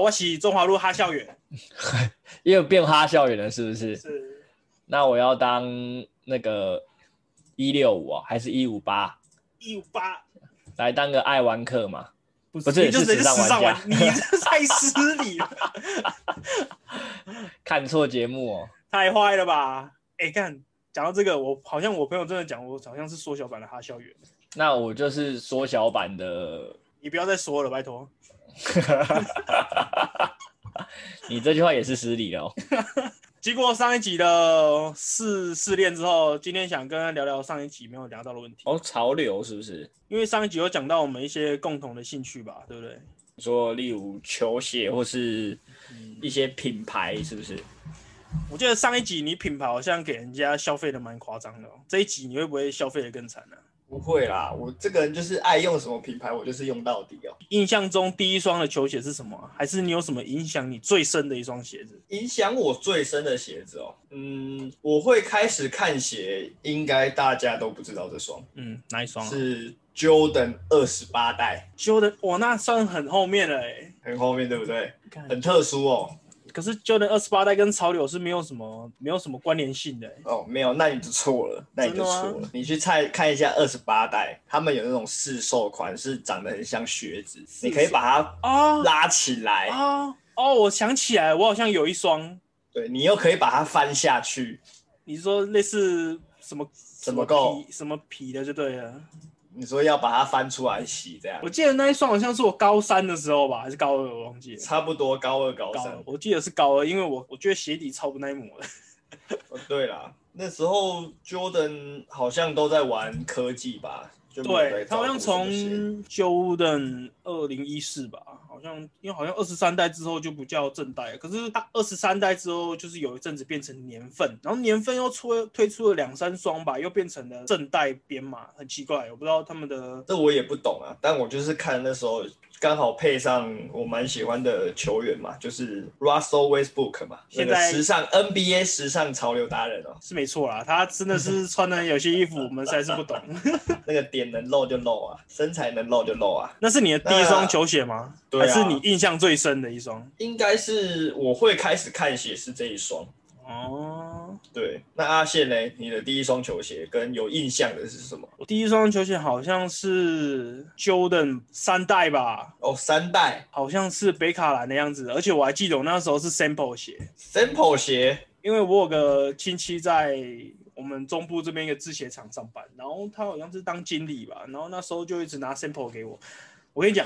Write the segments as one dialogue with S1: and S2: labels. S1: 我喜中华路哈校园，
S2: 也有变哈校园了，是不是？
S1: 是
S2: 那我要当那个一六五啊，还是一五八？
S1: 一五八，
S2: 来当个爱玩客嘛。
S1: 不
S2: 不是
S1: 你就是直接
S2: 时尚
S1: 时尚
S2: 玩
S1: 玩
S2: 家，
S1: 你这太失 礼了，
S2: 看错节目哦，
S1: 太坏了吧？哎，看讲到这个，我好像我朋友真的讲，我好像是缩小版的哈校园，
S2: 那我就是缩小版的。
S1: 你不要再说了，拜托。
S2: 你这句话也是失礼了哦。
S1: 经过上一集的试试炼之后，今天想跟他聊聊上一集没有聊到的问题，
S2: 哦，潮流是不是？
S1: 因为上一集有讲到我们一些共同的兴趣吧，对不对？
S2: 你说例如球鞋或是
S1: 嗯，
S2: 一些品牌，是不是？
S1: 我记得上一集你品牌好像给人家消费的蛮夸张的、哦，这一集你会不会消费的更惨呢、
S3: 不会啦，我这个人就是爱用什么品牌，我就是用到底哦。
S1: 印象中第一双的球鞋是什么啊、还是你有什么影响你最深的一双鞋子？
S3: 影响我最深的鞋子哦，嗯，我会开始看鞋，应该大家都不知道这双
S1: 嗯，哪一双、啊？
S3: 是 Jordan 二十八代，
S1: Jordan，哇，那算很后面了哎、
S3: 很后面对不对？
S1: 看
S3: 很特殊哦。
S1: 可是 Jordan 二十八代跟潮流是没有什么没有什么关联性的、欸。
S3: 哦，没有，那你就错了，那你就错
S1: 真的
S3: 了。你去看看一下二十八代，他们有那种市售款是长得很像靴子，
S1: 售
S3: 你可以把
S1: 哦
S3: 它拉起来，
S1: 啊哦，我想起来，我好像有一双，
S3: 对你又可以把它翻下去，
S1: 你说类似什么什
S3: 么
S1: 皮
S3: 够
S1: 什么皮的就对了。
S3: 你说要把它翻出来洗这样
S1: 我，记得那一双好像是我高三的时候吧，还是高二，我忘记了。
S3: 差不多高二高
S1: 高
S3: 三
S1: 二，。我记得是高二，因为我我觉得鞋底超不耐磨的。
S3: 哦，对啦，那时候 Jordan 好像都在玩科技吧，就没有在
S1: 对他
S3: 照顾
S1: 好像从
S3: 这些
S1: Jordan 二零一四吧，好像因为好像二十三代之后就不叫正代了，可是他二十三代之后就是有一阵子变成年份，然后年份又出推出了两三双吧，又变成了正代编码，很奇怪，我不知道他们的
S3: 这我也不懂啊，但我就是看那时候刚好配上我蛮喜欢的球员嘛，就是 Russell Westbrook 嘛，
S1: 现
S3: 那个
S1: 在
S3: 时尚 NBA 时尚潮流达人哦，
S1: 是没错啦，他真的 是穿的有些衣服我们实在是不懂。
S3: 那个点能露就露啊，身材能露就露啊，
S1: 那是你的第一双球鞋吗？
S3: 对啊
S1: 还是你印象最深的一双？
S3: 应该是我会开始看鞋是这一双。
S1: 哦，
S3: 对，那阿宪嘞，你的第一双球鞋跟有印象的是什么？
S1: 我第一双球鞋好像是 Jordan 三代吧，
S3: 哦，三代
S1: 好像是北卡蓝的样子，而且我还记得我那时候是 sample 鞋，
S3: Sample 鞋，
S1: 因为我有个亲戚在我们中部这边一个制鞋厂上班，然后他好像是当经理吧，然后那时候就一直拿 sample 给我。我跟你讲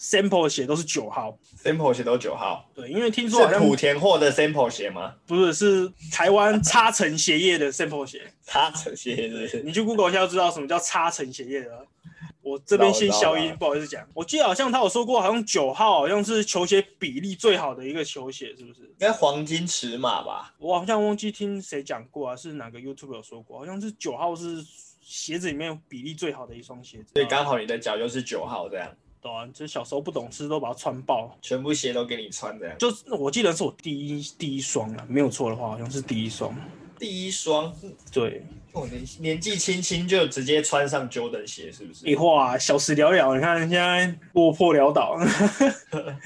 S1: ，sample 鞋都是九号，
S3: sample 鞋都九号，
S1: 对，因为听说好
S3: 是
S1: 像
S3: 莆田货的 sample 鞋吗？
S1: 不是是台湾插层鞋业的 sample 鞋，
S3: 擦成鞋是不是？
S1: 你去 Google 一下就知道什么叫插层鞋业了。我这边先消
S3: 知道
S1: 音，
S3: 了
S1: 不好意思讲。我记得好像他有说过，好像九号好像是球鞋比例最好的一个球鞋，是不是？
S3: 应该黄金尺码吧？
S1: 我好像忘记听谁讲过啊，是哪个 YouTube 有说过，好像是九号是鞋子里面比例最好的一双鞋子。
S3: 所以刚好你的脚就是九号这样，
S1: 懂啊，就是小时候不懂事都把它穿爆。
S3: 全部鞋都给你穿这样。
S1: 就是我记得是我第一第一双啊，没有错的话，好像是第一双。
S3: 第一双，
S1: 对，
S3: 我、年年纪轻轻就直接穿上 Jordan 鞋，是不是？
S1: 废话，哎小时了了，你看现在落魄潦倒。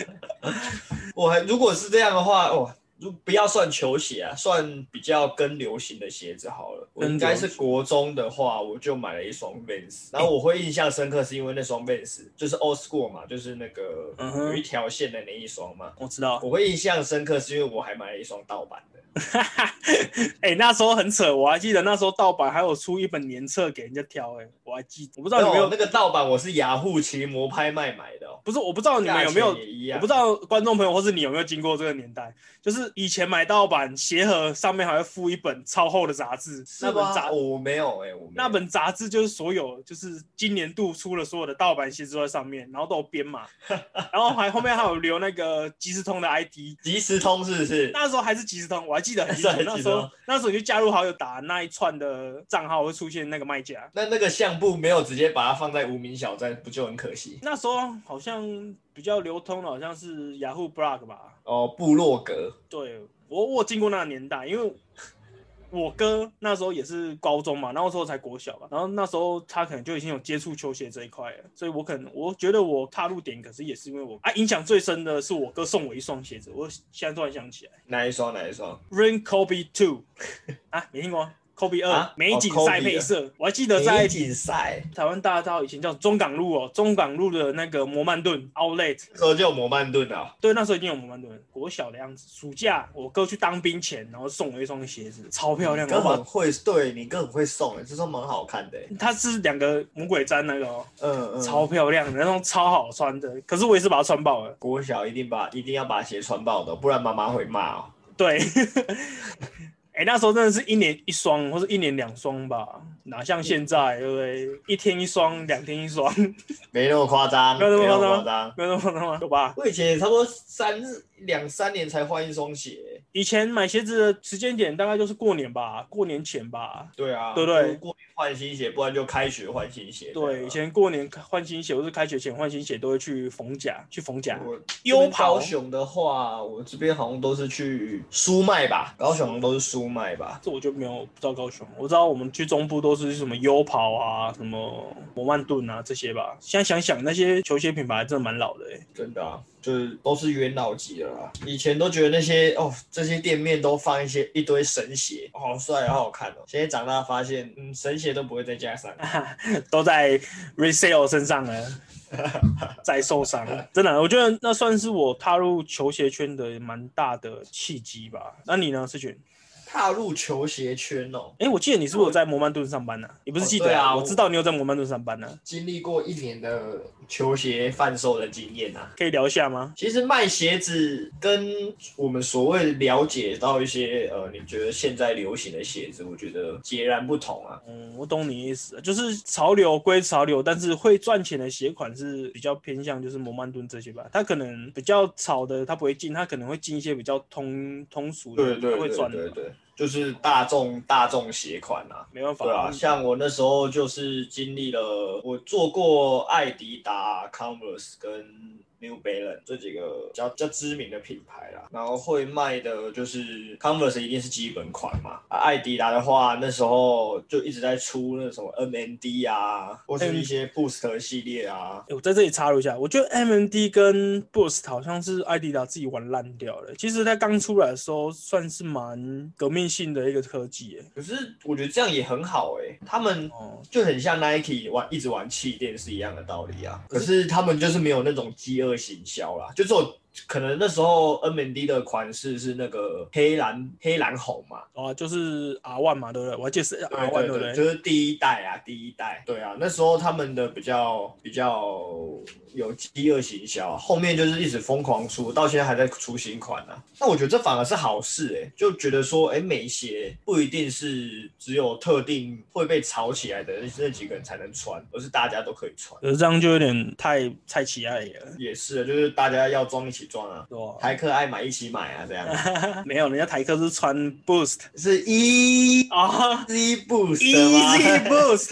S3: 我还如果是这样的话，哇，如不要算球鞋啊，算比较跟流行的鞋子好了。我
S1: 跟
S3: 应该
S1: 流行
S3: 是国中的话，我就买了一双 Vans，然后我会印象深刻是因为那双 Vans 就是 old school 嘛，就是那个
S1: 嗯哼
S3: 有一条线的那一双嘛。
S1: 我知道，
S3: 我会印象深刻是因为我还买了一双盗版的。
S1: 哎、那时候很扯，我还记得那时候盗版还有出一本年册给人家挑、哎，我还记得，我不知道你们
S3: 没
S1: 有，
S3: 有哦那个盗版，我是雅虎奇摩拍卖买的、哦，
S1: 不是，我不知道你们有没有
S3: 价钱也一
S1: 我
S3: 样
S1: 不知道观众朋友或是你有没有经过这个年代，就是以前买盗版鞋盒上面还会附一本超厚的杂志，那
S3: 那
S1: 本
S3: 本
S1: 杂
S3: 杂、哦我没有哎、我没有
S1: 那本杂志就是所有就是今年度出了所有的盗版鞋子都在上面，然后都有编 码，然后还后面还有留那个即时通的 ID。
S3: 即时通是不是？
S1: 那时候还是即时通，我 还记得很哦清楚。
S3: 是
S1: 那
S3: 即时
S1: 时
S3: 通
S1: 候那时候你就加入好友打那一串的账号会出现那个卖家。
S3: 那那个相簿没有直接把它放在无名小站，不就很可惜？
S1: 那时候好像比较流通的好像是 Yahoo Blog 吧，
S3: 哦，部落格，
S1: 对我我有经过那个年代，因为我哥那时候也是高中嘛，然后那时候才国小吧，然后那时候他可能就已经有接触球鞋这一块了，所以我可能我觉得我踏入点，可是也是因为我啊，影响最深的是我哥送我一双鞋子，我现在突然想起来
S3: 哪一双哪一双？
S1: ，Rain Kobe Two 啊，没听过吗？Kobe 二、
S3: 啊
S1: 美景
S3: 哦，Kobe
S1: 赛
S3: 啊
S1: 配色，我还记得在
S3: 锦赛，
S1: 台湾大道以前叫中港路哦，中港路的那个摩曼顿 Outlet，
S3: 那时候就有摩曼顿啊，
S1: 对，那时候已经有摩曼顿国小的样子。暑假我哥去当兵前，然后送我一双鞋子，超漂亮。
S3: 哥
S1: 我
S3: 很
S1: 把
S3: 会，对你哥很会送，这双蛮好看的欸，
S1: 它是两个魔鬼毡那个哦，
S3: 嗯嗯，
S1: 超漂亮的，那种超好穿的。可是我也是把它穿爆了。
S3: 国小一定把一定要把鞋穿爆的，不然妈妈会骂哦。
S1: 对， 哎、那时候真的是一年一双或者一年两双吧，哪像现在，对不对？一天一双，两天一双，
S3: 没那么夸张，
S1: 没有那么
S3: 没
S1: 夸张
S3: 夸张。
S1: 没有那么夸张吗？有吧？
S3: 我以前也差不多三日两三年才换一双鞋。欸
S1: 以前买鞋子的时间点大概就是过年吧，过年前吧。
S3: 对啊，
S1: 对不对
S3: 就是过年换新鞋，不然就开学换新鞋。啊
S1: 对，以前过年换新鞋或是开学前换新鞋都会去逢甲，去逢甲。
S3: 我
S1: 优
S3: 优
S1: 跑
S3: 高雄的话，我这边好像都是去苏麦吧，高雄都是苏麦吧。
S1: 这我就没有不知道高雄，我知道我们去中部都是什么优跑啊、什么摩曼顿啊这些吧。现在想想那些球鞋品牌真的蛮老的哎、
S3: 真的啊，就是都是元老级的啦。以前都觉得那些哦，这些店面都放一些一堆神鞋，哦好帅，好好看哦。现在长大发现，嗯，神鞋都不会再 加上。
S1: 都在 resale 身上 了，在受伤了。真的，我觉得那算是我踏入球鞋圈的蛮大的契机吧。那你呢，思群？
S3: 踏入球鞋圈哦，
S1: 哎，我记得你是不是有在摩曼顿上班呢、你不是记得
S3: 哦对啊
S1: 我
S3: 我
S1: 知道你有在摩曼顿上班呢、啊
S3: 经历过一年的球鞋贩售的经验啊。
S1: 可以聊一下吗？
S3: 其实卖鞋子跟我们所谓了解到一些呃，你觉得现在流行的鞋子，我觉得截然不同啊。
S1: 嗯，我懂你意思，就是潮流归潮流，但是会赚钱的鞋款是比较偏向就是摩曼顿这些吧。它可能比较潮的，它不会进，它可能会进一些比较通通俗的，它会赚的吧。
S3: 对，就是大众大众鞋款啊。
S1: 没办法，嗯
S3: 对啊，像我那时候就是经历了，我做过艾迪达、Converse 跟 New Balance 这几个比较比较知名的品牌啦。然后会卖的就是 Converse 一定是基本款嘛，啊，艾迪达的话那时候就一直在出那什么 MND 啊，或是一些 Boost 系列啊。
S1: 欸我在这里插入一下，我觉得 MND 跟 Boost 好像是艾迪达自己玩烂掉了。其实它刚出来的时候，算是蛮革命性的一个科技耶。
S3: 可是我觉得这样也很好诶、他们
S1: 哦，
S3: 就很像 Nike 玩一直玩气垫是一样的道理啊。可是他们就是没有那种饥饿行销啦，就只有可能那时候 NMD 的款式是那个黑蓝黑蓝红嘛，
S1: 哦、就是 R One 嘛，对不对？我还记得是 R One，不
S3: 就是第一代啊，第一代。对啊，那时候他们的比较比较有饥饿行销，啊后面就是一直疯狂出，到现在还在出新款啊。那我觉得这反而是好事诶、就觉得说，诶、美鞋不一定是只有特定会被炒起来的那那几个人才能穿，而是大家都可以穿。
S1: 可是这样就有点太菜奇爱了，
S3: 也是，啊就是大家要装一起装啊，
S1: 对吧？
S3: 台客爱买一起买啊，这样
S1: 没有，人家台客是穿 Boost
S3: 是 easy
S1: 啊、
S3: boost 吗
S1: Easy Boost，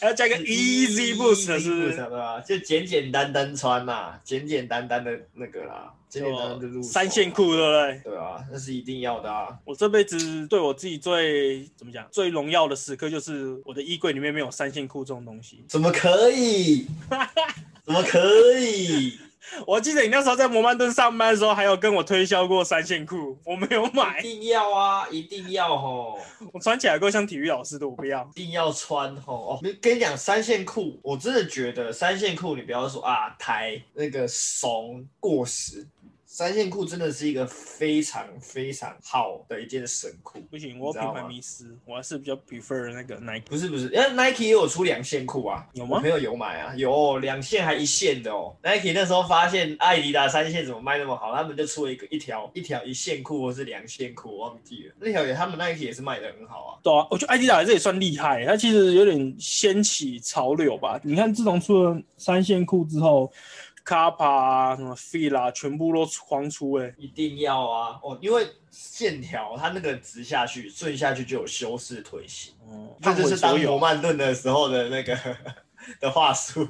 S1: 还 要加
S3: 那
S1: 个 Easy Boost 啊是不是？
S3: 对吧？就简简单单穿呐、简简单单的那个啦，简简单单
S1: 就
S3: 的路
S1: 三线，裤，对不对？
S3: 对啊，那是一定要的啊。
S1: 我这辈子对我自己最怎么讲最荣耀的时刻，就是我的衣柜里面没有三线裤这种东西。
S3: 怎么可以？怎么可以？
S1: 我记得你那时候在摩曼顿上班的时候，还有跟我推销过三线裤，我没有
S3: 一
S1: 买，
S3: 定要啊，一定要吼，
S1: 我穿起来够像体育老师的，我不要。
S3: 一定要穿吼。哦，跟你讲，三线裤，我真的觉得三线裤，你不要说啊，台那个怂过时。三线裤真的是一个非常非常好的一件神裤，
S1: 不行，我有
S3: 你知道
S1: 品
S3: 吗
S1: 牌迷失，我还是比较 prefer 那个 Nike。
S3: 不是不是，因为 Nike 也有出两线裤啊，
S1: 有吗
S3: 我朋友有买啊，有两线还一线的哦。Nike 那时候发现啊艾迪达三线怎么卖那么好，他们就出了一个一条一条一线裤或是两线裤，我忘记了。那条也他们 Nike 也是卖的很好啊。
S1: 对啊，我觉得 Adidas 这也算厉害，它其实有点掀起潮流吧。你看，自从出了三线裤之后，Kappa 啊、什么 Fila 全部都狂出哎、欸
S3: 一定要啊，哦，因为线条它那个直下去顺下去就有修饰腿型，
S1: 哦，
S3: 这就是
S1: 所
S3: 当
S1: 有
S3: 罗曼顿的时候的那个的话术。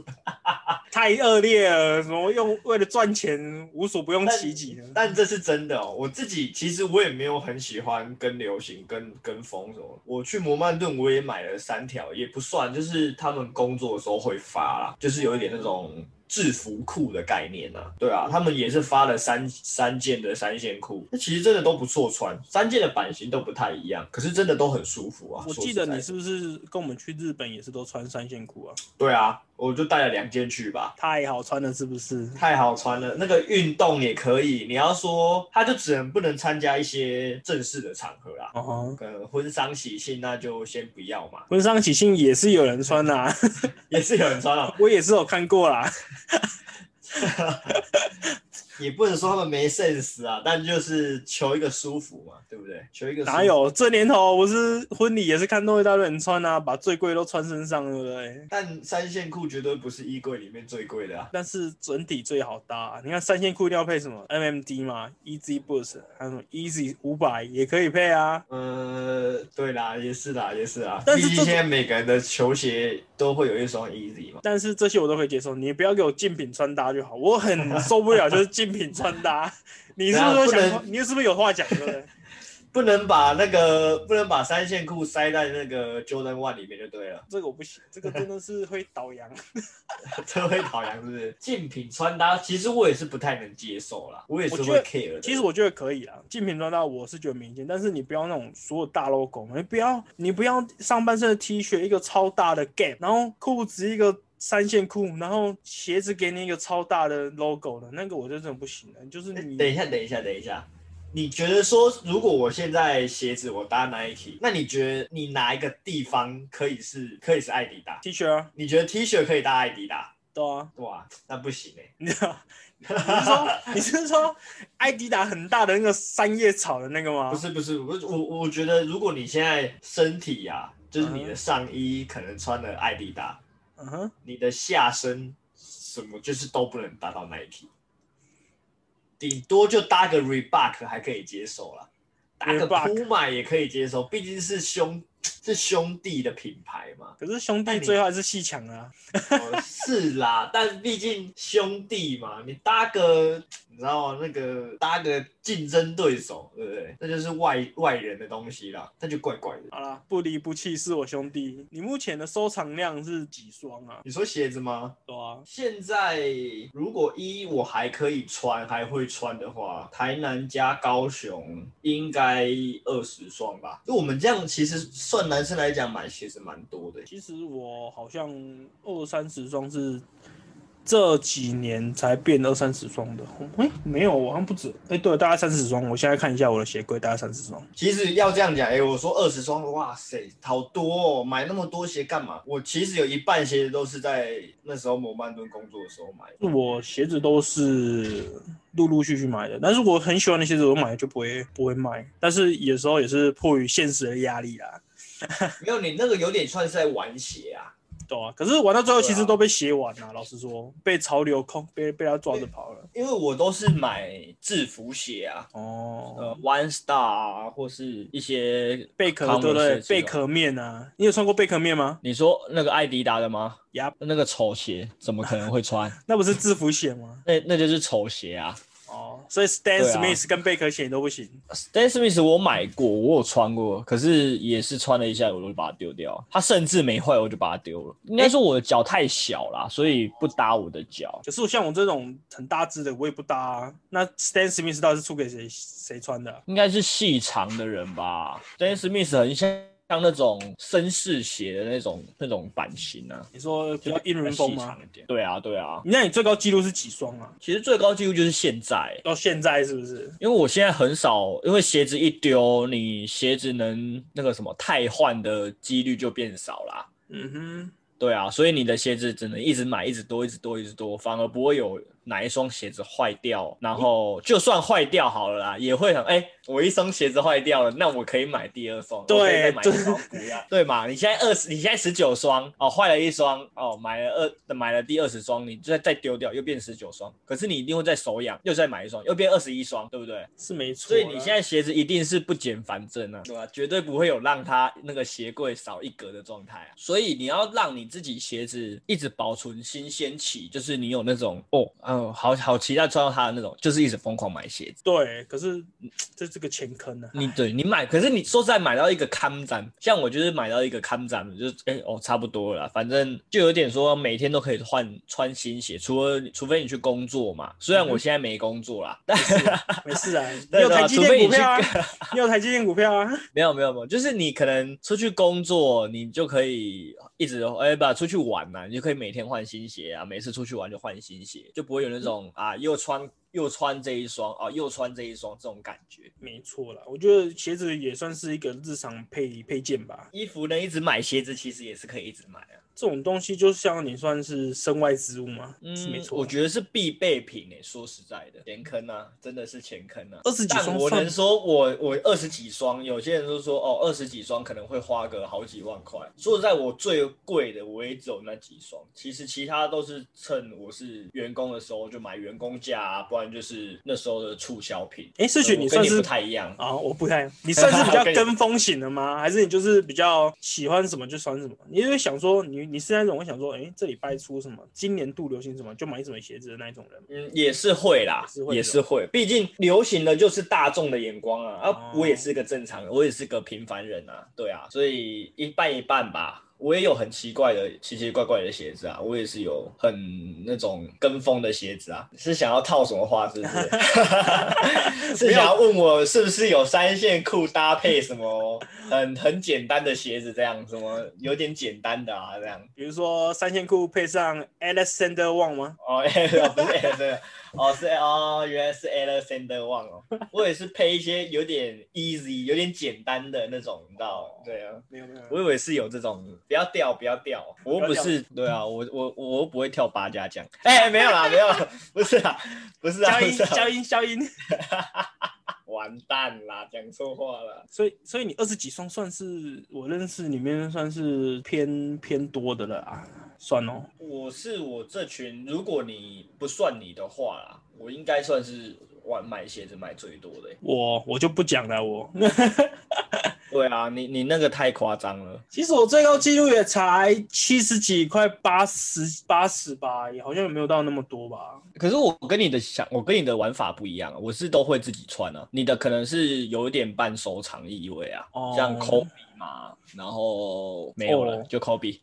S1: 太恶劣了，什么用为了赚钱无所不用其极的。
S3: 但这是真的哦，我自己其实我也没有很喜欢跟流行、跟跟风什么。我去摩曼顿，我也买了三条，也不算，就是他们工作的时候会发啦，就是有一点那种制服裤的概念啊。对啊，他们也是发了三三件的三线裤，那其实真的都不错穿，三件的版型都不太一样，可是真的都很舒服啊。
S1: 我
S3: 说
S1: 记
S3: 实
S1: 得
S3: 在
S1: 你
S3: 的
S1: 是不是跟我们去日本也是都穿三线裤啊？
S3: 对啊，我就带了两件去吧。
S1: 太好穿了，是不是？
S3: 太好穿了，那个运动也可以。你要说，他就只能不能参加一些正式的场合啦，
S1: 哦、吼
S3: 呃，婚丧喜庆那就先不要嘛。
S1: 婚丧喜庆也是有人穿啦、
S3: 也是有人穿啊，
S1: 我也是有看过啦。
S3: 也不能说他们没 sense 啊，但就是求一个舒服嘛，对不对？求一个舒服
S1: 哪？有这年头不是婚礼也是看到一大堆人穿啊，把最贵都穿身上，对不对？
S3: 但三线裤绝对不是衣柜里面最贵的啊。
S1: 但是整体最好搭、啊你看三线裤一定要配什么 MMD 嘛，Easy Boost，还有什么 Easy 五百也可以配啊。
S3: 呃，对啦，也是啦，也是啦。
S1: 但
S3: 毕
S1: 是
S3: 竟
S1: 这
S3: 现在每个人的球鞋都会有一双 Easy 嘛。
S1: 但是这些我都可以接受，你不要给我竞品穿搭就好，我很受不了就是竞品穿搭。你是不是
S3: 怎样
S1: 想
S3: 不
S1: 说，你是不是有话讲，对不对？
S3: 不能把那个不能把三线裤塞在那个 Jordan One 里面就对了，
S1: 这个我不行，这个真的是会倒洋。
S3: 这会讨厌是不是？竞品穿搭其实我也是不太能接受啦，我也是
S1: 我觉
S3: 会
S1: 得
S3: care 的。
S1: 其实我觉得可以啦，竞品穿搭我是觉得没意见，但是你不要那种所有大 logo，嘛你不要你不要上半身的 T 恤一个超大的 gap，然后裤子一个三线裤，然后鞋子给你一个超大的 logo 的那个，我就真的不行了。就是
S3: 欸
S1: 你
S3: 等一下，等一下，等一下，你觉得说如果我现在鞋子我搭 Nike，那你觉得你哪一个地方可以是可以是艾迪达？
S1: T 恤啊，
S3: 你觉得 T 恤可以搭艾迪达？
S1: 对啊，
S3: 哇，那不行哎、
S1: 你知道。你是说你是说艾迪达很大的那个三叶草的那个吗？
S3: 不，是不是，我我我觉得如果你现在身体呀、就是你的上衣可能穿了艾迪达，
S1: 嗯哼，
S3: 你的下身什么就是都不能搭到 Nike，顶多就搭个 Reebok 还可以接受啦，搭个
S1: Reebok
S3: Puma 也可以接受，毕竟是兄是兄弟的品牌嘛
S1: 。可是兄弟最后还是戏强啊。
S3: 哦是啦，但毕竟兄弟嘛，你搭个你知道吗那个搭个竞争对手，对不对？那就是外外人的东西啦，那就怪怪的。
S1: 好啦，不离不弃是我兄弟。你目前的收藏量是几双啊？
S3: 你说鞋子吗？
S1: 对啊，
S3: 现在如果一我还可以穿，还会穿的话，台南加高雄应该二十双吧。就我们这样，其实算男生来讲，买鞋子蛮多的。
S1: 其实我好像二三十双是这几年才变二三十双的，哎、没有，我好像不止，哎、对，大概三十双。我现在看一下我的鞋柜，大概三十双。
S3: 其实要这样讲，哎、我说二十双，哇塞，好多哦！买那么多鞋干嘛？我其实有一半鞋都是在那时候摩曼顿工作的时候买的。
S1: 我鞋子都是陆陆续续买的，但是我很喜欢的鞋子，我买了就不会不会卖。但是有时候也是迫于现实的压力啦，
S3: 没有，你那个有点算是在玩鞋啊。
S1: 对啊。可是玩到最后，
S3: 对啊
S1: 其实都被鞋玩啦、老实说，被潮流控，被被他抓着跑了。
S3: 因为我都是买制服鞋啊，
S1: 哦，
S3: 呃，One Star 啊，或是一些
S1: 贝壳
S4: Converse
S1: 对不对
S4: 这？种
S1: 贝壳面啊，你有穿过贝壳面吗？
S4: 你说那个艾迪达的吗？
S1: 呀，
S4: 那个丑鞋怎么可能会穿？
S1: 那不是制服鞋吗？
S4: 那那就是丑鞋啊。
S1: 哦，所以
S4: 对
S1: Stan
S4: 啊
S1: Smith 跟贝壳鞋都不行。
S4: Stan Smith 我买过，我有穿过，可是也是穿了一下我就把它丢掉。它甚至没坏，我就把它丢了。应该说我的脚太小啦，所以不搭我的脚。
S1: 可是像我这种很大只的，我也不搭、啊。那 Stan Smith 到底是出给谁谁穿的啊、
S4: 应该是细长的人吧。Stan Smith 很像像那种绅士鞋的那种那种版型啊，
S1: 你说比
S4: 就
S1: 较英伦风吗？
S4: 一点。对啊，对啊。
S1: 你那你最高纪录是几双啊？
S4: 其实最高纪录就是现在，
S1: 到现在是不是？
S4: 因为我现在很少，因为鞋子一丢，你鞋子能那个什么汰换的几率就变少啦。
S1: 嗯哼，
S4: 对啊，所以你的鞋子只能一直买，一直多，一直多，一直多，反而不会有
S3: 哪一双鞋子坏掉，然后就算坏掉好了啦，也会想，哎、我一双鞋子坏掉了，那我可以买第二双，
S1: 对
S3: 我可以再买
S1: 对
S3: 一双不要，对嘛？你现在二十，你现在十九双哦，坏了一双哦，买了二，买了第二十双，你就再再丢掉，又变十九双，可是你一定会再手痒，又再买一双，又变二十一双，对不对？
S1: 是没错
S3: 所
S1: 啦。
S3: 以你现在鞋子一定是不减反增啊，对吧、绝对不会有让它那个鞋柜少一格的状态啊。所以你要让你自己鞋子一直保存新鲜期，就是你有那种哦，嗯，好好期待穿到它的那种，就是一直疯狂买鞋子。
S1: 对，可是这是个钱坑 呢、啊。
S3: 你对你买，可是你说实在买到一个康展，像我就是买到一个康展，就是哎、哦差不多了啦，反正就有点说每天都可以换穿新鞋，除了除非你去工作嘛，虽然
S1: 嗯
S3: 我
S1: 哼
S3: 现在没工作啦，
S1: 没事啊，你
S3: 对
S1: 有
S3: 对啊
S1: 台积
S3: 除
S1: 电
S3: 非
S1: 股
S3: 你去
S1: 票啊， 你有台积电股票啊，
S3: 没有没有没有，就是你可能出去工作，你就可以一直哎不出去玩嘛、你就可以每天换新鞋啊，每次出去玩就换新鞋，就不会有那
S1: 嗯
S3: 种、啊又穿又穿这一双啊又穿这一双这种感觉。
S1: 没错啦。我觉得鞋子也算是一个日常配配件吧，
S3: 衣服呢一直买，鞋子其实也是可以一直买啊，
S1: 这种东西就像你算是身外之物嘛，是没错。
S3: 嗯
S1: 啊
S3: 我觉得是必备品诶、欸说实在的，钱坑啊，真的是钱坑啊。
S1: 二十几
S3: 但
S1: 双
S3: 我
S1: 算
S3: 能说我，我二十几双，有些人都说哦，二十几双可能会花个好几万块。说实在，我最贵的我也只有那几双，其实其他都是趁我是员工的时候就买员工价、啊，不然就是那时候的促销品。
S1: 诶世雪
S3: 呃
S1: 你
S3: 我
S1: 算
S3: 跟
S1: 是
S3: 不太一样，
S1: 啊，我不太，你算 是比较
S3: 我跟你
S1: 跟风型的吗？还是你就是比较喜欢什么就穿什么？你就会想说，你你是那种会想说，诶，这礼拜出什么，今年度流行什么就买什么鞋子的那一种人吗？
S3: 嗯，也是会啦
S1: 也是，会
S3: 也是会，毕竟流行的就是大众的眼光啊。
S1: 哦
S3: 啊，我也是个正常人，我也是个平凡人啊，对啊，所以一半一半吧。我也有很奇怪的、奇奇怪怪的鞋子啊，我也是有很那种跟风的鞋子啊，是想要套什么话，是不 是？是想要问我是不是有三线裤搭配什么很很简单的鞋子，这样什么有点简单的啊，这样。
S1: 比如说三线裤配上 Alexander Wang 吗？
S3: 哦， 哎，不是 a l e 哦是哦，原来是 Alexander Wang 哦。 我也是配一些有点 easy、有点简单的那种，你知道？对啊，
S1: 没有没有，
S3: 我以为是有这种，不要掉，不要掉。我又不是，对啊，我我我又不会跳八家将。 哎、没有啦，没有啦，不是啦，不是
S1: 消
S3: 啦，不
S1: 音
S3: 是啦
S1: 消音消音。
S3: 完蛋啦，讲错话了。
S1: 所以，所以你二十几双算是我认识里面算是偏偏多的了啊，算哦。
S3: 我是我这群，如果你不算你的话啦，我应该算是玩买鞋子买最多的欸、
S1: 我我就不讲了，我
S3: 对啊，你你那个太夸张了。
S1: 其实我最高纪录也才七十几，快八十八十吧，也好像也没有到那么多吧。
S3: 可是我跟你的想，我跟你的玩法不一样啊，我是都会自己穿啊。你的可能是有一点半收藏意味啊，
S1: 哦
S3: 像 Kobe 嘛，然后没有了，
S1: 哦
S3: 就 Kobe。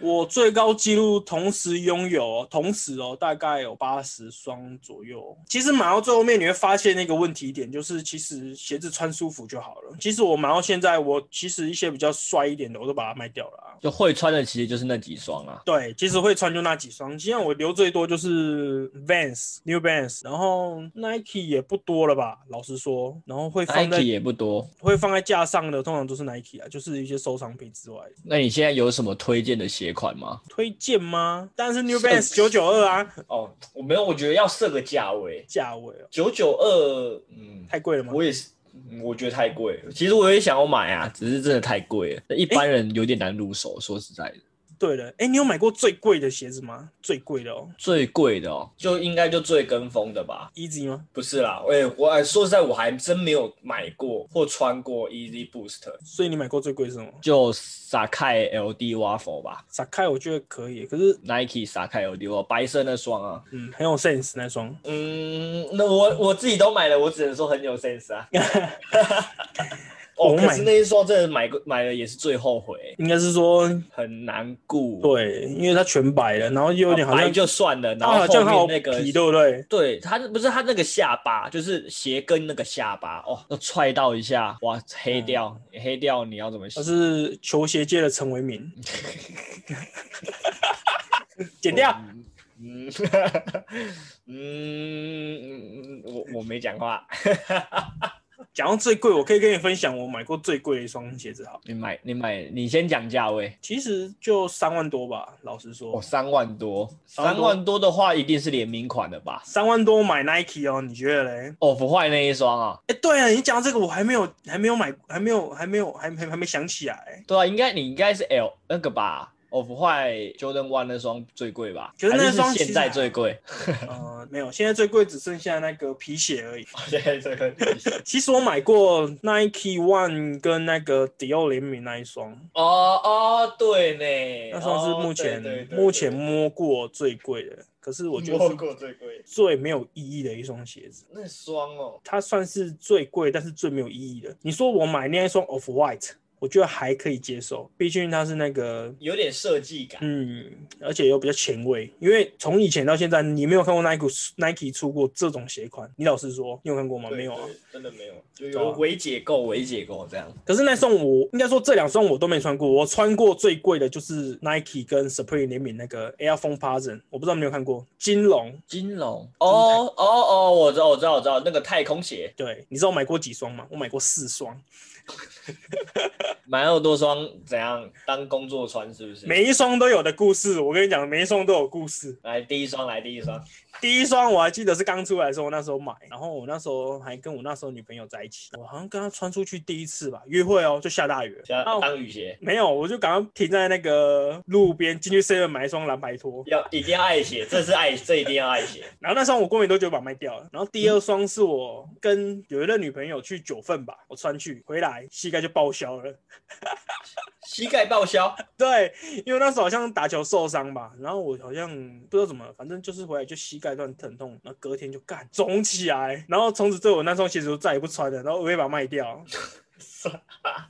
S1: 我最高纪录同时拥有，同时哦，大概有八十双左右。其实买到最后面，你会发现那个问题点，就是其实鞋子穿舒服就好了。其实我买到现在，我其实一些比较帅一点的，我都把它卖掉了啊。
S3: 就会穿的其实就是那几双啊。
S1: 对，其实会穿就那几双，现在我留最多就是 Vans、New Balance，然后 Nike 也不多了吧，老实说，然后会放
S3: Nike
S1: 在
S3: 也不多，
S1: 会放在架上的，通常都是 Nike 啊，就是一些收藏品之外。
S3: 那你现在有什么推荐的鞋款吗？
S1: 推荐吗？但是 New
S3: 是
S1: Balance 九九二啊，
S3: 哦，我没有，我觉得要设个价位，
S1: 价位哦，
S3: 九九二，嗯，
S1: 太贵了吗？
S3: 我也是。嗯我觉得太贵了，其实我也想要买啊，只是真的太贵了，一般人有点难入手。说实在的，
S1: 对了，哎，你有买过最贵的鞋子吗？最贵的哦
S3: 最贵的哦，就应该就最跟风的吧，
S1: ，Easy 吗？
S3: 不是啦，哎、我哎说实在，我还真没有买过或穿过 Easy Boost，
S1: 所以你买过最贵是什么？
S3: 就 Sakai LD Waffle 吧
S1: 撒开我觉得可以，可是
S3: ，Nike Sakai LD Waffle 白色那双啊。
S1: 嗯，很有 sense 那双。
S3: 嗯，那我我自己都买了，我只能说很有 sense 啊。哦，
S1: 我买
S3: 可是那一双真的买过买了也是最后悔，
S1: 应该是说
S3: 很难顾。，啊
S1: 对，因为它全白了，然后又有点好像
S3: 白就算了，然
S1: 然后
S3: 后
S1: 好像还
S3: 后
S1: 有
S3: 面那个
S1: 皮，对不对？
S3: 对，它不是它那个下巴，就是鞋跟那个下巴，哦，要踹到一下，哇，黑
S1: 嗯
S3: 掉，黑掉，你要怎么洗
S1: 他？是球鞋界的陈为 民，剪掉。
S3: 嗯，嗯，嗯我我没讲话。
S1: 讲到最贵，我可以跟你分享我买过最贵的一双鞋子，好，
S3: 你买你买，你先讲价位。
S1: 其实就三万多吧，老实说
S3: 哦，，三万多，
S1: 三万
S3: 三
S1: 多
S3: 万多的话一定是联名款的吧？
S1: 三万多买 Nike 哦，你觉得嘞？
S3: 哦，不坏那一双啊，
S1: 哎，对了，你讲到这个，我还没有，还没有买，还没有，还没有，还还还没想起来。
S3: 对啊，应该你应该是 L 那个吧？Off White Jordan One 那双最贵吧？
S1: 可是那双
S3: 还
S1: 其实
S3: 现在最贵，
S1: 呃，没有，现在最贵只剩下那个皮鞋而已。
S5: 现在这个地形
S1: 其实我买过 Nike One 跟那个迪奥联名那一双，
S3: 哦哦，对呢
S1: 那双是目前、
S5: 哦对对对
S1: 目前摸过最贵的，可是我觉得
S5: 摸
S1: 是
S5: 过最贵
S1: 最没有意义的一双鞋子。
S5: 那双哦，
S1: 它算是最贵，但是最没有意义的。你说我买那一双 Off White，我觉得还可以接受，毕竟它是那个。
S3: 有点设计感。
S1: 嗯，而且又比较前卫，因为从以前到现在，你没有看过 Nike Nike 出过这种鞋款。你老实说，你有看过
S3: 哦
S1: 吗？
S5: 对
S1: 没有啊。
S5: 对真的没有，就
S1: 对
S3: 有
S1: 啊
S5: 有
S3: 微解构，微解构这样。
S1: 可是那双我应该说这两双我都没穿过，我穿过最贵的就是 Nike 跟 Supreme 联名那个 Air Force Pazen，我不知道你有没有看过金龙。
S3: 金龙哦哦哦，我知道我知道我知道那个太空鞋，
S1: 对，你知道我买过几双吗？我买过四双，
S3: 买那么多双怎样当工作穿是不是？
S1: 每一双都有的故事。我跟你讲，每一双都有故事。
S3: 来第一双来第一
S1: 哦
S3: 双，
S1: 第一双我还记得是刚出来的时候，我那时候买，然后我那时候还跟我那时候女朋友在一起，我好像跟她穿出去第一次吧，约会哦，就下大雨了，
S3: 像
S1: 啊
S3: 当雨鞋，
S1: 没有，我就赶快停在那个路边，进去 seven 买一双蓝白拖，
S3: 要一定要爱鞋， 这是爱，这一定要爱鞋。
S1: 然后那双我过没多久把它卖掉了，然后第二双是我跟有一任女朋友去九份吧，我穿去回来膝盖就报销了。
S3: 膝盖报销，
S1: 对，因为那时候好像打球受伤吧，然后我好像不知道怎么，反正就是回来就膝盖断疼痛，然后隔天就干肿起来，然后从此对我那双鞋子就再也不穿了，然后我也把它卖掉。
S3: 啊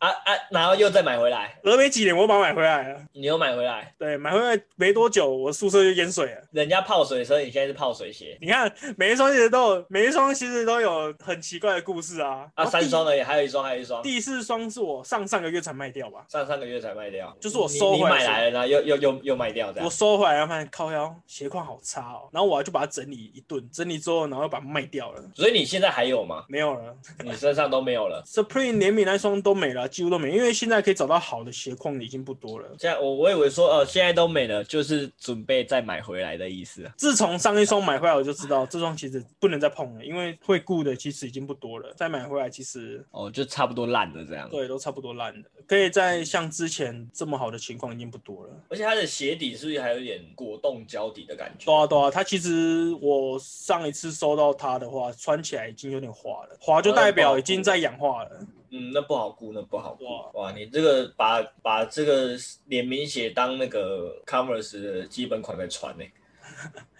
S3: 啊，然后又再买回来，
S1: 隔没几年我把它买回来了，
S3: 你又买回来，
S1: 对，买回来没多久我宿舍就淹水了。
S3: 人家泡水车，你现在是泡水鞋
S1: 你看每一双鞋子都有，每一双鞋子都有很奇怪的故事啊。然后
S3: 啊，
S1: 第
S3: 三双而已，还有一双，还有一双，
S1: 第四双是我上上个月才卖掉吧。
S3: 上上个月才卖掉，
S1: 就是我
S3: 你
S1: 收
S3: 你
S1: 回来
S3: 买来了，然后又又又又卖掉这
S1: 我
S3: 样。
S1: 收回来，然后发现靠腰鞋况好差哦，然后我就把它整理一顿，整理之后，然后把它卖掉了，
S3: 所以你现在还有吗？
S1: 没有了。
S3: 你身上都没有了。
S1: Supreme 联名那双都没了，几乎都没，因为现在可以找到好的鞋框的已经不多了。
S3: 现在我我以为说，呃，现在都没了，就是准备再买回来的意思。
S1: 自从上一双买回来，我就知道这双鞋子不能再碰了，因为会顾的其实已经不多了。再买回来，其实
S3: 哦，就差不多烂了这样。，
S1: 对都差不多烂了，可以在像之前这么好的情况已经不多了。
S3: 而且它的鞋底是不是还有点果冻胶底的感觉
S1: 对？啊对啊，它其实我上一次收到它的话，穿起来已经有点滑了，滑就代表已经在氧化了。
S3: 嗯，那不好估，那不好估。
S1: 哇
S3: 哇，你这个把把这个联名鞋当那个 Converse 的基本款在欸穿呢、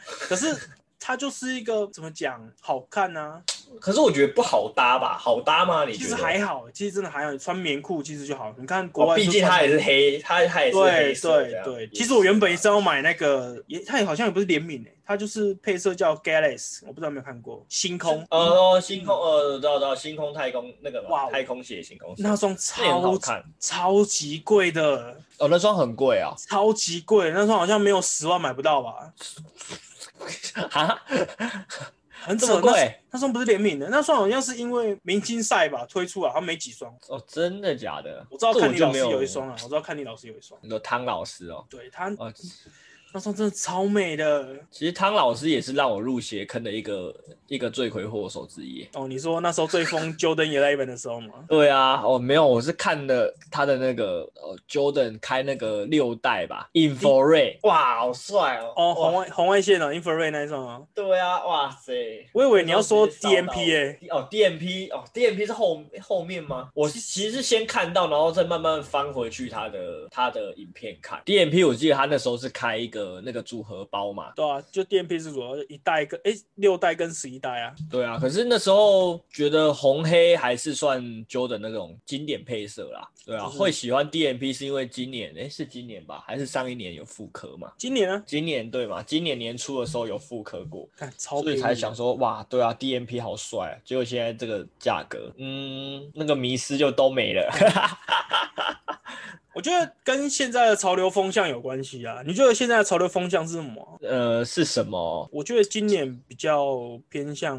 S1: 可是它就是一个怎么讲，好看啊，
S3: 可是我觉得不好搭吧？好搭吗？你
S1: 其实
S3: 觉得？
S1: 还好，其实真的还好，你穿棉裤其实就好。你看国
S3: 哦，
S1: 外
S3: 毕
S1: 就穿，
S3: 竟它也是黑，它它也是黑
S1: 对
S3: 色这
S1: 对
S3: 样
S1: 对。
S3: 也
S1: 其实我原本
S3: 是啊
S1: 是要买那个，也它也好像也不是联名诶，它就是配色叫 Galaxy，我不知道有没有看过星空，
S3: 呃哦，星空呃，我知道我知道，星空太空那个嘛
S1: 嗯哇哦
S3: 太空鞋，星空鞋
S1: 那双
S3: 那也很好
S1: 超
S3: 看
S1: 超级贵的，
S3: 哦，那双很贵啊、
S1: 超级贵，那双好像没有十万买不到吧？
S3: 哦， 哈，
S1: 很
S3: 这
S1: 扯
S3: 么贵？
S1: 那那双不是联名的，那双好像是因为明星赛吧推出啊，它没几双。
S3: 哦，真的假的？
S1: 我知道
S3: 这
S1: 看
S3: 我
S1: 你
S3: 就
S1: 老师
S3: 没有
S1: 有一双啊，我知道看你老师有一双，
S3: 你说汤老师哦，
S1: 对它
S3: 哦，
S1: 那双真的超美的。
S3: 其实汤老师也是让我入鞋坑的一个一个罪魁祸首之一。
S1: 哦，你说那时候最疯 Jordan Eleven 的时候吗？
S3: 对啊，哦，没有，我是看的他的那个呃 Jordan 开那个六代吧 i n f o r e
S5: 哇，好帅哦！
S1: 哦，
S5: 哇
S1: 红外红外线哦，infrared 那一双哦。
S5: 对啊，哇塞！
S1: 我以为你要说
S3: 直接烧到
S1: DMP 诶、
S3: 哦，DMP 哦，DMP 是后后面吗？我是其实是先看到，然后再慢慢翻回去他的他的影片看。DMP 我记得他那时候是开一个那个组合包嘛，
S1: 对啊，就 DMP 是主要一代跟诶、六代跟十一代啊。
S3: 对啊，可是那时候觉得红黑还是算 Jordan 那种经典配色啦。对啊，
S1: 就是
S3: 会喜欢 DMP 是因为今年，诶，是今年吧，还是上一年有复刻嘛？
S1: 今年啊呢，
S3: 今年对嘛？今年年初的时候有复刻过，
S1: 看超
S3: 所
S1: 便
S3: 以
S1: 宜，
S3: 才想说哇，对啊，DMP 好帅、啊，结果现在 这个价格，嗯，那个迷失就都没了。
S1: 我我觉得跟现在的潮流风向有关系啊。你觉得现在的潮流风向是什么啊？
S3: 呃，是什么？
S1: 我觉得今年比较偏向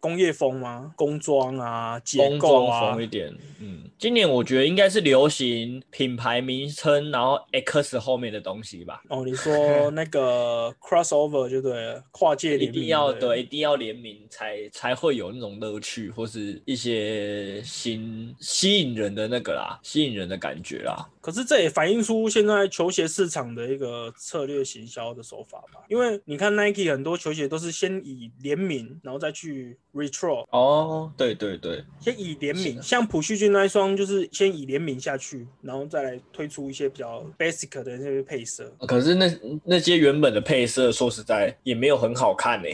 S1: 工业风吗？工装啊，结
S3: 工
S1: 构
S3: 装
S1: 啊
S3: 风，一点，嗯，今年我觉得应该是流行品牌名称，然后 X 后面的东西吧，
S1: 哦，你说那个 crossover 就对了，跨界
S3: 一
S1: 联名
S3: 定要
S1: 不对
S3: 对，一定要联名才才会有那种乐趣，或是一些新吸引人的那个啦，吸引人的感觉啦。
S1: 可是这也反映出现在球鞋市场的一个策略行销的手法吧？因为你看 Nike 很多球鞋都是先以联名，然后再去 retro，
S3: 哦，对对对，
S1: 先以联
S3: 是
S1: 名，
S3: 的
S1: 像朴叙俊那一双就是先以联名下去，然后再来推出一些比较 basic 的那些配色。
S3: 可是那那些原本的配色，说实在也没有很好看呢、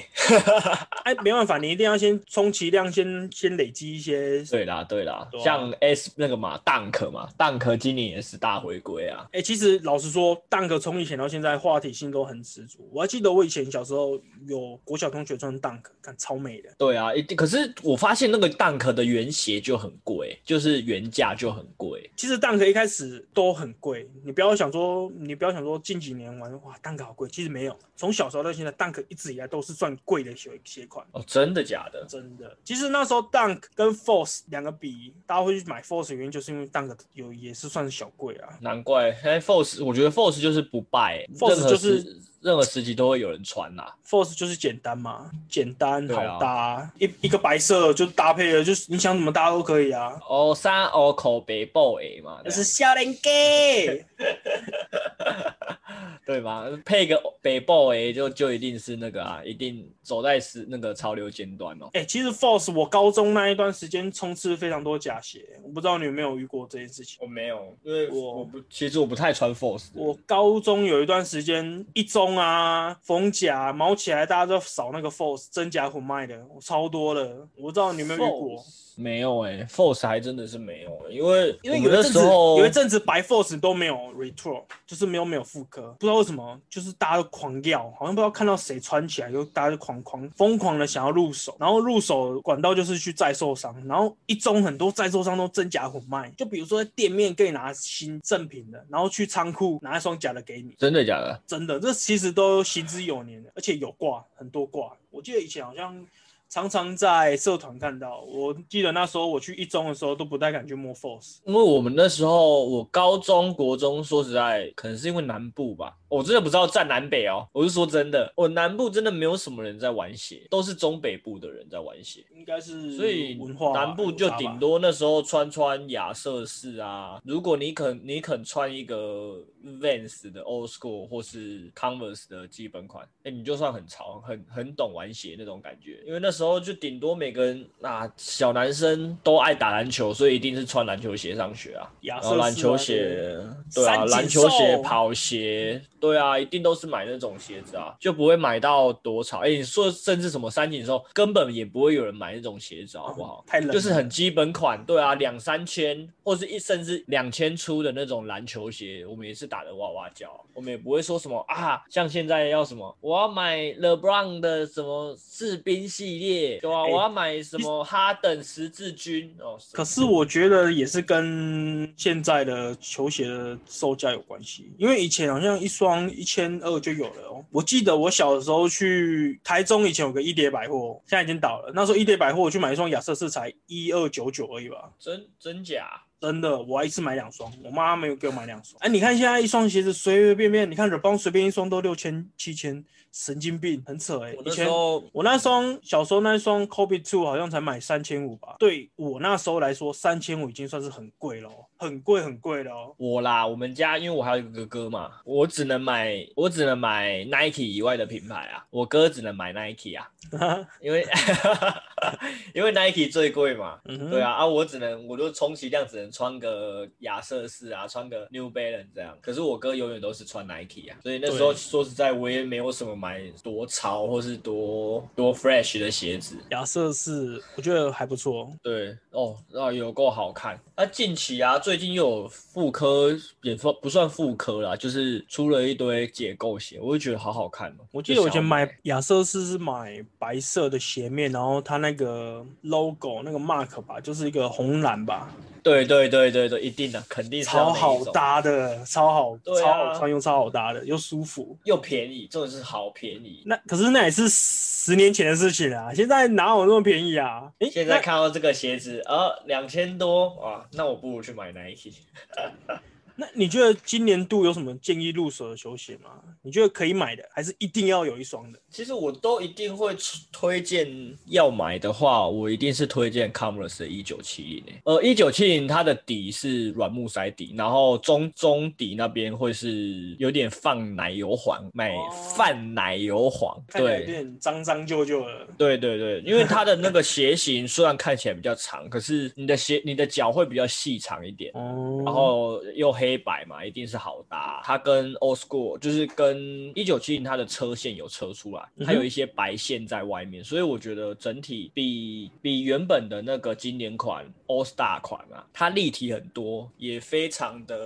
S1: 哎，没办法，你一定要先充其量先先累积一些。
S3: 对啦对啦，
S1: 对啊
S3: 像 S 那个嘛，Dunk 嘛，Dunk 今年也是大回归啊。
S1: 哎、其实老实说，蛋壳从以前到现在话题性都很十足。我还记得我以前小时候有国小同学穿蛋壳，看超美的。
S3: 对啊，一定。可是我发现那个 Dunk 的原鞋就很贵，就是原价就很贵。
S1: 其实蛋壳一开始都很贵，你不要想说，你不要想说近几年玩哇蛋壳好贵，其实没有，从小时候到现在，蛋壳一直以来都是算贵的鞋鞋款。
S3: 哦，真的假的？
S1: 真的，其实那时候 Dunk 跟 Force 两个比，大家会去买 Force 的原因就是因为 Dunk 有也是算是小贵啊。
S3: 难怪现在 Force，我觉得 Force 就是不败、
S1: Force
S3: 任何
S1: 就是
S3: 时任何时期都会有人穿呐、
S1: Force 就是简单嘛，简单
S3: 对
S1: 好
S3: 啊
S1: 搭，一一个白色就搭配了，就是你想怎么搭都可以啊。
S3: 哦，三 O 口北 boy 嘛，
S1: 那是笑脸 gay，
S3: 对吧？配个北 boy 就就一定是那个啊，一定走在时那个潮流尖端哦。
S1: 哎、其实 Force 我高中那一段时间充斥非常多假鞋，我不知道你有没有遇过这件事情。
S3: 我没有，因为
S1: 我
S3: 我不，其实我不太穿 Force 的。
S1: 我高中有一段时间，一中啊、逢甲、毛起来，大家都扫那个 Force 真假混卖的，我超多的。我不知道你有没有遇过
S3: Force，没有哎、f o r c e 还真的是没有、欸，因为
S1: 因为
S3: 我
S1: 有
S3: 们那
S1: 一阵
S3: 时
S1: 子
S3: 候
S1: 有一阵子白 Force 都没有 retro，就是没有没有复刻，不知道为什么，就是大家都狂要，好像不知道看到谁穿起来，就大家就狂狂疯狂的想要入手，然后入手管道就是去再售商，然后一中很多再售商都真假混卖，就比如说在店面可以拿新正品的，然后去仓库拿一双假的给你。
S3: 真的假的？
S1: 真的，这其实都行之有年的，而且有挂很多挂。我记得以前好像常常在社团看到，我记得那时候我去一中的时候都不太敢去摸 Force。
S3: 因为我们那时候，我高中、国中，说实在，可能是因为南部吧，我真的不知道占南北哦。我是说真的，我南部真的没有什么人在玩鞋，都是中北部的人在玩鞋，
S1: 应该是
S3: 所以
S1: 文化吧
S3: 南部就顶多那时候穿穿亚瑟士啊。如果你肯你肯穿一个 Vans 的 Old School 或是 Converse 的基本款，哎、你就算很潮，很很懂玩鞋那种感觉。因为那时候就顶多每个人啊，小男生都爱打篮球，所以一定是穿篮球鞋上学啊。
S1: 亚
S3: 然
S1: 瑟士啊
S3: 后篮球鞋，
S1: 对
S3: 对啊，
S1: 三井
S3: 篮球鞋
S1: 寿、
S3: 跑鞋，对啊，一定都是买那种鞋子啊，就不会买到多潮。哎、你说甚至什么三井寿，根本也不会有人买那种鞋子，好不好？
S1: 太冷了
S3: 就是很基本款，对啊，两三千或是一甚至两千出的那种篮球鞋，我们也是打得哇哇叫，啊我们也不会说什么啊，像现在要什么，我要买 LeBron 的什么士兵系列，对啊，
S1: 哎
S3: 我要买什么哈登十字军哦。
S1: 可是我觉得也是跟现在的球鞋的售价有关系，因为以前好像一双一千二就有了哦。我记得我小的时候去台中，以前有个一叠百货，现在已经倒了。那时候一叠百货我去买一双亚瑟士才一二九九而已吧，
S3: 真真假？
S1: 真的，我还一次买两双，我妈没有给我买两双。哎，你看现在一双鞋子随随便便，你看 r e b o n 随便一双都六千七千，神经病，很扯哎、
S3: 我
S1: 以
S3: 那
S1: 前
S3: 时候
S1: 我那双小时候那双 Kobe Two 好像才买三千五吧，对我那时候来说，三千五已经算是很贵了哦，很贵很贵了 哦。
S3: 我啦，我们家因为我还有一个哥哥嘛，我只能买我只能买 Nike 以外的品牌啊，我哥只能买 Nike 啊，
S1: 嗯
S3: 因为 因为 Nike 最贵嘛。
S1: 嗯哼
S3: 对，啊，啊，我只能，我就充其量只能穿个亚瑟士啊，穿个 New Balance 这样。可是我哥永远都是穿 Nike 啊，所以那时候
S1: 对
S3: 说实在，我也没有什么买多潮或是多多 fresh 的鞋子。
S1: 亚瑟士我觉得还不错，
S3: 对哦，啊，有够好看。那、近期啊，最最近又有复刻，也不不算复刻啦，就是出了一堆解构鞋，我就觉得好好看哦。
S1: 我记得我以
S3: 就想
S1: 前
S3: 要
S1: 买亚瑟士是买白色的鞋面，然后它那个 logo 那个 mark 吧，就是一个红蓝吧，
S3: 对对对对对，一定的，肯定是要
S1: 超
S3: 那一
S1: 好
S3: 种，
S1: 搭的，超好，
S3: 对啊
S1: 超好穿又超好搭的，又舒服。
S3: 又便宜，真的是好便宜。
S1: 那可是那也是十年前的事情啊，现在哪有那么便宜啊？诶，
S3: 现
S1: 那
S3: 在看到这个鞋子，呃，两千多啊，那我不如去买 Nike。
S1: 那你觉得今年度有什么建议入手的球鞋吗？你觉得可以买的，还是一定要有一双的？
S3: 其实我都一定会出推荐，要买的话，我一定是推荐 Converse 的一九七零。呃，一九七零它的底是软木塞底，然后中中底那边会是有点放奶油黄，买
S1: 哦
S3: 泛奶油黄，
S1: 看起来有
S3: 对。
S1: 点脏脏旧旧的。
S3: 对对对，因为它的那个鞋型虽然看起来比较长，可是你的鞋你的脚会比较细长一点，
S1: 哦，
S3: 然后又黑白嘛，一定是好搭。它跟 Old School 就是跟一九七零它的车线有车出来，
S1: 嗯哼
S3: 它有一些白线在外面，所以我觉得整体比比原本的那个经典款 All Star 款啊，它立体很多，也非常的。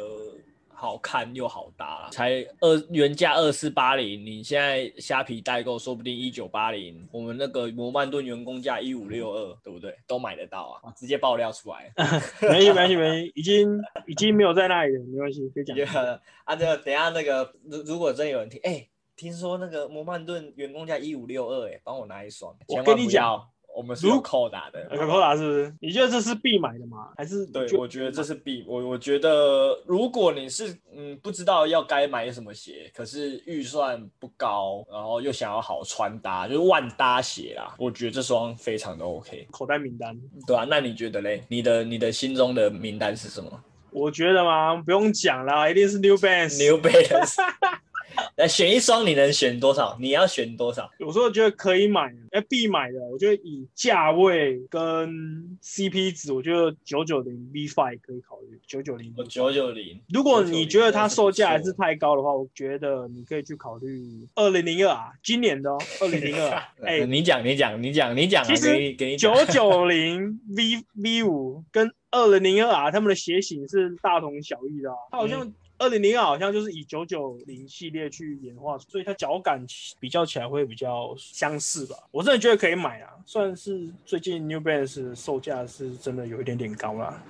S3: 好看又好搭啦，才二原价二四八零，你现在虾皮代购说不定一九八零，我们那个摩曼顿员工价一五六二，对不对？都买得到啊，直接爆料出来了。
S1: 没事没事没事，已经已经没有在那里了，没关系，可以讲。
S3: 也很啊，这个等一下那个，如如果真有人听，哎、听说那个摩曼顿员工价一五六二，哎，帮我拿一双，
S1: 我
S3: 千万
S1: 跟你
S3: 不
S1: 讲
S3: 要，我们是
S1: 如
S3: 有扣打的，
S1: 可扣。打是不是？你觉得这是必买的吗？还是
S3: 对，
S1: 就
S3: 我觉得这是必我我觉得，如果你是嗯不知道要该买什么鞋，可是预算不高，然后又想要好穿搭，就是万搭鞋啦，我觉得这双非常的 OK，
S1: 口袋名单？
S3: 对啊，那你觉得嘞？你的你的心中的名单是什么
S1: 我觉得嘛，不用讲啦，一定是 New Balance。
S3: ？New Balance，来选一双，你能选多少？你要选多少？
S1: 有时候觉得可以买，哎，必买的，我觉得以价位跟 CP 值，我觉得九九零 V Five 可以考虑，九九零
S3: 我。九九零，
S1: 如果你觉得它售价还是
S3: 990
S1: 太高的话，我觉得你可以去考虑二零零二啊，今年 的哦，二零零二。哎，
S3: 你讲你讲你讲你讲啊，
S1: 其实
S3: 给你给你讲
S1: 九九零 V V 五跟二零零二 R 它们的鞋型是大同小异的、啊，它好
S3: 嗯
S1: 像二零零二好像就是以九九零系列去演化，所以它脚感比较起来会比较相似吧。我真的觉得可以买啊，算是最近 New Balance 的售价是真的有一点点高啦，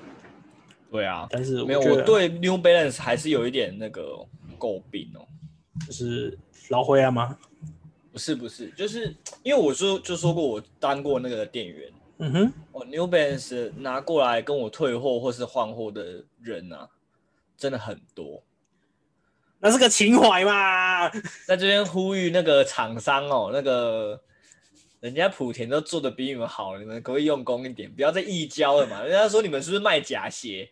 S3: 对啊，
S1: 但是
S3: 没有
S1: 觉
S3: 我
S1: 得
S3: 对 New Balance 还是有一点那个诟病哦。
S1: 就是老灰啊吗？
S3: 不是不是，就是因为我说就说过我当过那个店员，
S1: 嗯哼，
S3: 哦，New Balance 拿过来跟我退货或是换货的人啊，真的很多。
S1: 那是个情怀嘛。
S3: 在这边呼吁那个厂商哦，那个人家莆田都做的比你们好了，你们可不可以用功一点，不要再溢胶了嘛？人家说你们是不是卖假鞋？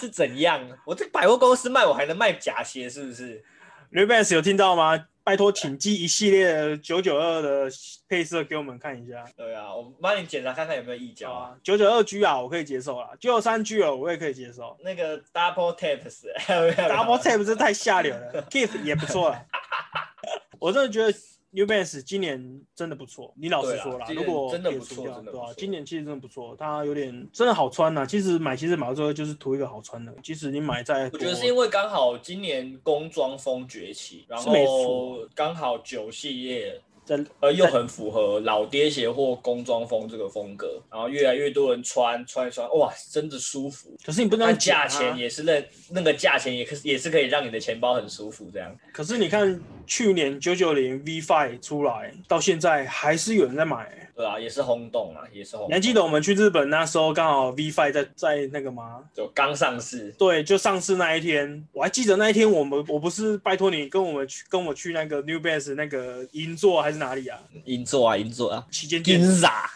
S3: 是怎样？我这百货公司卖我还能卖假鞋是不是？
S1: New Balance 有听到吗？拜托，请寄一系列的九九二的配色给我们看一下。
S3: 对啊，我帮你检查看看有没有溢胶啊。
S1: 啊，九九二 G 啊，我可以接受啦，九九三 G 啊，我也可以接受。
S3: 那个 double taps 有 没有
S1: Double Tap 这太下流了，Keep 也不错 啦。我真的觉得 New Balance 今年真的不错，你老实说啦，
S3: 对啦
S1: 如果
S3: 今年真的
S1: 撇
S3: 不错
S1: 除掉
S3: 真的
S1: 对
S3: 不
S1: 啊
S3: 错，
S1: 今年其实真的不错，它有点真的好穿呐、啊其实买其实买到最后就是图一个好穿的，即使你买在
S3: 我觉得是因为刚好今年工装风崛起，然
S1: 是没错
S3: 后刚好九系列
S1: 在
S3: 呃，又很符合老爹鞋或工装风这个风格，然后越来越多人穿穿一穿，哇，真的舒服。
S1: 可是你不能
S3: 那
S1: 这样
S3: 价
S1: 讲啊
S3: 钱也是那那个价钱也可也是可以让你的钱包很舒服这样。
S1: 可是你看去年九九零 V Five 出来到现在还是有人在买欸、
S3: 对啊，也是轰动啊，也是轰
S1: 你还
S3: 动。
S1: 记得我们去日本那时候刚好 V Five 在在那个吗？
S3: 就刚上市，
S1: 对，就上市那一天，我还记得那一天，我们我不是拜托你跟我们去跟我去那个 New Balance 那个银座还是哪里啊？
S3: 银座啊，银座啊，
S1: 旗舰
S3: 金
S1: 店
S3: 傻，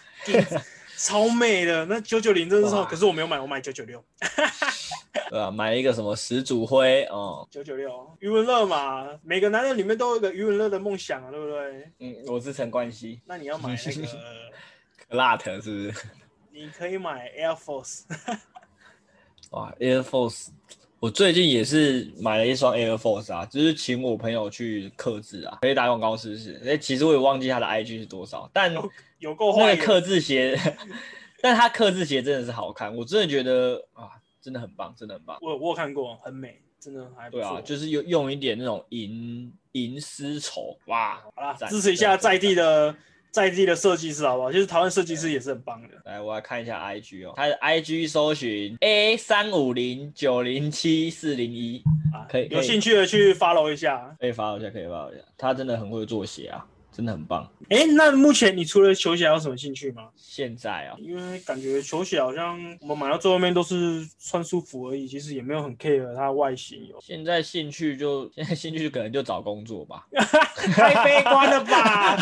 S1: 超美的，那九九零真的是超，
S3: 哇
S1: 可是我没有买，我买九九六，
S3: 对啊，买一个什么始祖灰哦，
S1: 九九六余文乐嘛，每个男人里面都有一个余文乐的梦想啊，对不对？
S3: 嗯，我是陈冠希
S1: 那你要买那个，
S3: ，Clat 是不是？
S1: 你可以买 Air Force，
S3: 哇，Air 啊 Force，我最近也是买了一双 Air Force 啊，就是请我朋友去刻制啊，可以打广告试试。哎、其实我也忘记它的 IG 是多少，但
S1: 有够
S3: 那
S1: 坏
S3: 个
S1: 的，
S3: 刻字鞋，但它刻字鞋真的是好看，我真的觉得啊，真的很棒，真的很棒。
S1: 我我有看过，很美，真的还不
S3: 对
S1: 错。
S3: 啊，就是用用一点那种银银丝绸，哇，
S1: 好啦，
S3: 赞
S1: 支持一下
S3: 赞赞
S1: 在地的在地的设计师好不好？其实台湾设计师
S3: 啊
S1: 也是很棒的。
S3: 来，我来看一下 IG 哦，他的 IG 搜寻 A 三五零九零七四零一，
S1: 啊，
S3: 可以
S1: 有
S3: 可以
S1: 兴趣的去 follow 一下。
S3: 可以发我一下，可以发我一下。他真的很会做鞋啊，真的很棒。
S1: 哎、那目前你除了球鞋还有什么兴趣吗？
S3: 现在啊，
S1: 因为感觉球鞋好像我们买到最后面都是穿舒服而已，其实也没有很 care 它的外形 有。
S3: 现在兴趣就 现在兴趣可能就找工作吧，啊
S1: 太悲观了 吧！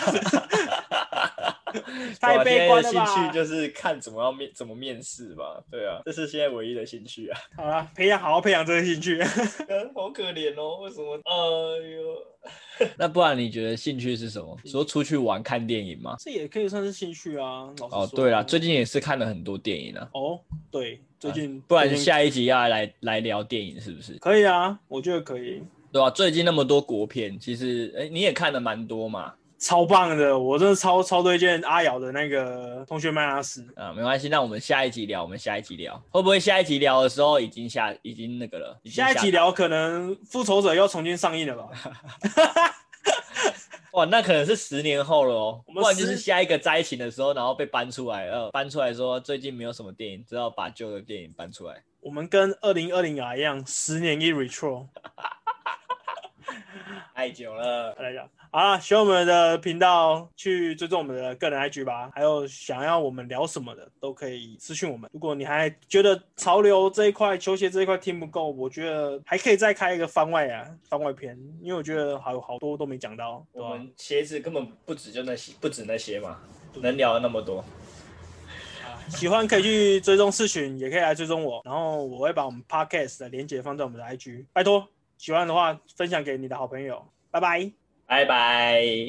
S1: 太悲观了
S3: 对
S1: 吧！
S3: 啊现在的兴趣就是看怎么样面怎么面试吧，对啊，这是现在唯一的兴趣啊。
S1: 好啦，培养好好培养这个兴趣。
S5: 好可怜哦，为什么？哎呦，
S3: 那不然你觉得兴趣是什么？说出去玩看电影吗？
S1: 这也可以算是兴趣啊。老实说
S3: 哦，对啦，最近也是看了很多电影啊。
S1: 哦，对，最近
S3: 不然
S1: 最近
S3: 下一集要来来聊电影是不是？
S1: 可以啊，我觉得可以，
S3: 对吧、啊最近那么多国片，其实哎、你也看了蛮多嘛，
S1: 超棒的，我真的超超推荐阿瑶的那个《同学麦拉斯》。
S3: 啊，没关系，那我们下一集聊，我们下一集聊，会不会下一集聊的时候已经下已经那个了？已经
S1: 下一集聊可能《复仇者》要重新上映了吧？
S3: 哇，那可能是十年后了哦，
S1: 我
S3: 不
S1: 们
S3: 然就是
S1: 十
S3: 下一个灾情的时候，然后被搬出来，呃，搬出来说最近没有什么电影，只好把旧的电影搬出来。
S1: 我们跟二零二零啊一样，十年一 retro
S3: 太久了，
S1: 来讲。好啦，喜欢我们的频道，去追踪我们的个人 IG 吧。还有想要我们聊什么的，都可以私讯我们。如果你还觉得潮流这一块、球鞋这一块听不够，我觉得还可以再开一个番外啊，番外篇，因为我觉得好好多都没讲到，对
S3: 我
S1: 吧、
S3: 们鞋子根本不止就那些，不止那些嘛，能聊的那么多。
S1: 喜欢可以去追踪视群，也可以来追踪我，然后我会把我们 podcast 的连接放在我们的 IG，拜托，喜欢的话分享给你的好朋友，拜拜。
S3: 拜拜。